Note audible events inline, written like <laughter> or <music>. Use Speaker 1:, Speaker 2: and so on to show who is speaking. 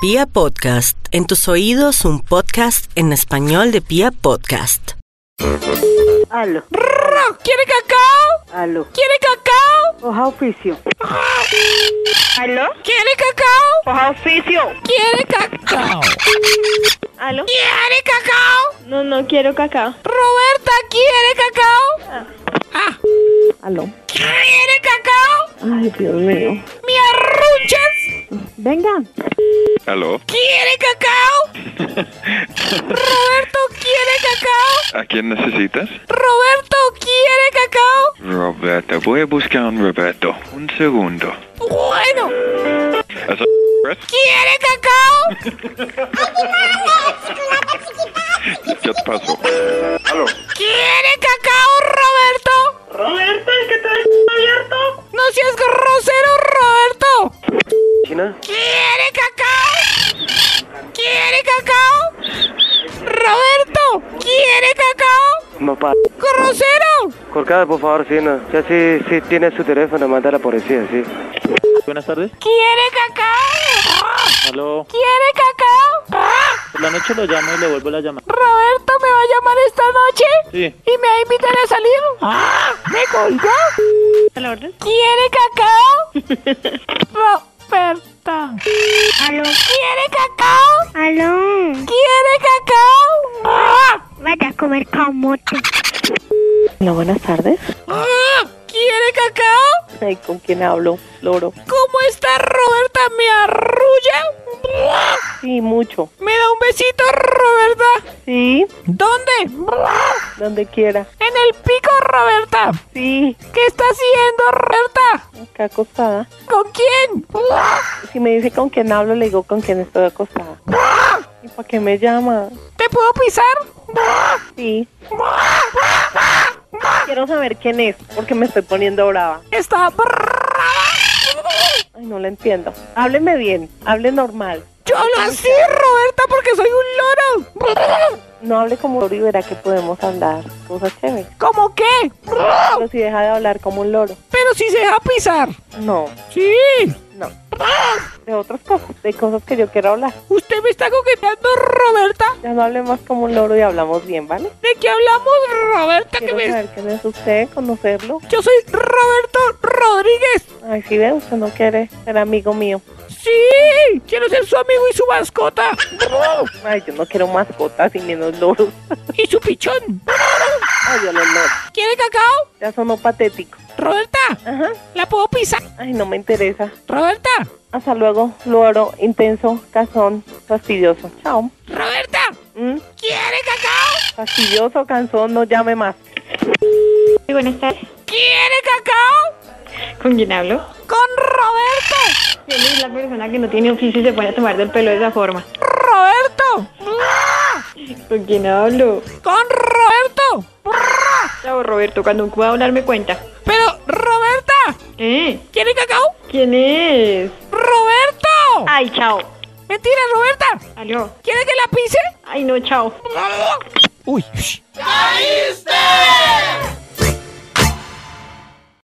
Speaker 1: Pia Podcast, en tus oídos un podcast en español de Pia Podcast.
Speaker 2: Aló,
Speaker 3: <laughs> ¿Quiere cacao?
Speaker 2: aló,
Speaker 3: ¿Quiere cacao?
Speaker 2: coja oficio.
Speaker 3: <laughs>
Speaker 2: Aló,
Speaker 3: ¿Quiere cacao?
Speaker 2: coja oficio.
Speaker 3: ¿Quiere cacao?
Speaker 2: Aló,
Speaker 3: ¿Quiere cacao?
Speaker 2: no, no quiero cacao.
Speaker 3: Roberta, ¿quiere cacao? Ah,
Speaker 2: Aló,
Speaker 3: ¿quiere cacao?
Speaker 2: ay Dios mío.
Speaker 3: ¿Me arrunchas?
Speaker 2: Venga,
Speaker 4: Aló,
Speaker 3: ¿Quiere cacao? Roberto, ¿quiere cacao?
Speaker 4: ¿a quién necesitas?
Speaker 3: Roberto, ¿quiere cacao?
Speaker 4: Roberto, voy a buscar un Roberto. Un segundo.
Speaker 3: Bueno,
Speaker 4: ¿Eso es?
Speaker 3: ¿quiere cacao?
Speaker 4: Ya te paso. Aló,
Speaker 3: ¿Quiere cacao, Roberto?
Speaker 2: Roberto, el que te abierto.
Speaker 3: No seas grosero, Roberto.
Speaker 5: China,
Speaker 3: ¿Quiere cacao? ¿Quiere cacao? Roberto, ¿quiere cacao?
Speaker 5: papá,
Speaker 3: ¡Grosero!
Speaker 5: colgada por favor, China. Ya si, si tiene su teléfono, manda a la policía, sí.
Speaker 6: Buenas tardes.
Speaker 3: ¿Quiere cacao?
Speaker 6: Aló.
Speaker 3: ¿Quiere cacao?
Speaker 6: Por la noche lo llamo y le vuelvo la llamada.
Speaker 3: ¿Roberto me va a llamar esta noche?
Speaker 6: Sí.
Speaker 3: ¿Y me va a invitar a salir? ¡Ah! ¿Me colgó?
Speaker 2: ¿A la orden?
Speaker 3: ¿Quiere cacao?
Speaker 2: <laughs>
Speaker 3: Roberta.
Speaker 7: Aló,
Speaker 3: ¿Quiere cacao?
Speaker 2: ¿Ah?
Speaker 7: aló,
Speaker 3: ¿Quiere cacao?
Speaker 7: vaya a comer camote.
Speaker 2: Hola, buenas tardes.
Speaker 3: Mm, ¿Quiere cacao?
Speaker 2: Ay, ¿con quién hablo? Loro.
Speaker 3: ¿Cómo está Roberta? ¿Me arrulla? Mm,
Speaker 2: Sí, mucho.
Speaker 3: ¿Me da un besito, Roberta?
Speaker 2: Sí,
Speaker 3: ¿Dónde?
Speaker 2: donde quiera.
Speaker 3: En el pico, Roberta.
Speaker 2: Sí,
Speaker 3: ¿Qué está haciendo, Roberta?
Speaker 2: está acostada.
Speaker 3: ¿Con quién?
Speaker 2: Si me dice con quién hablo, le digo con quién estoy acostada. ¿Y para qué me llama?
Speaker 3: ¿Te puedo pisar?
Speaker 2: Sí. Quiero saber quién es, porque me estoy poniendo brava.
Speaker 3: Está
Speaker 2: Ay, no la entiendo. Hábleme bien, hable normal.
Speaker 3: Yo lo así, Roberta, porque soy un loro.
Speaker 2: No hable como loro y verá que podemos hablar cosas chéveres.
Speaker 3: ¿Cómo qué?
Speaker 2: Pero si deja de hablar como un loro.
Speaker 3: Pero si se deja pisar.
Speaker 2: No,
Speaker 3: Sí.
Speaker 2: no. De otras cosas, de cosas que yo quiero hablar.
Speaker 3: Usted me está coqueteando, Roberta.
Speaker 2: Ya no hable más como un loro y hablamos bien, ¿vale?
Speaker 3: ¿De qué hablamos, Roberta? que
Speaker 2: Quiero
Speaker 3: me-
Speaker 2: saber quién es usted, conocerlo.
Speaker 3: Yo soy Roberto Rodríguez.
Speaker 2: Ay, si ve, usted no quiere ser amigo mío.
Speaker 3: Sí, quiero ser su amigo y su mascota.
Speaker 2: Ay, yo no quiero mascotas y menos loros.
Speaker 3: Y su pichón.
Speaker 2: Ay, yo los loros.
Speaker 3: ¿Quiere cacao?
Speaker 2: Ya sonó patético.
Speaker 3: Roberta,
Speaker 2: Ajá.
Speaker 3: ¿la puedo pisar?
Speaker 2: Ay, no me interesa.
Speaker 3: Roberta,
Speaker 2: Hasta luego, loro, intenso, cazón, fastidioso. Chao.
Speaker 3: Roberta,
Speaker 2: Mm,
Speaker 3: ¿quiere cacao?
Speaker 2: Fastidioso, cansón, no llame más.
Speaker 7: Sí, buenas tardes.
Speaker 3: ¿Quiere cacao?
Speaker 7: ¿Con quién hablo?
Speaker 3: Con Roberto.
Speaker 7: ¿Quién es la persona que no tiene oficio y se pone a tomar del pelo de esa forma?
Speaker 3: Roberto.
Speaker 7: ¿Con quién hablo?
Speaker 3: Con Roberto.
Speaker 7: Chao, Roberto, cuando pueda hablar me cuenta.
Speaker 3: Pero, Roberta,
Speaker 7: ¿Eh?
Speaker 3: ¿quiere cacao?
Speaker 7: ¿Quién es?
Speaker 3: Roberto.
Speaker 7: Ay, chao.
Speaker 3: Mentira, Roberta.
Speaker 7: Aló.
Speaker 3: ¿Quiere que la pise?
Speaker 7: Ay, no, chao.
Speaker 3: Uy.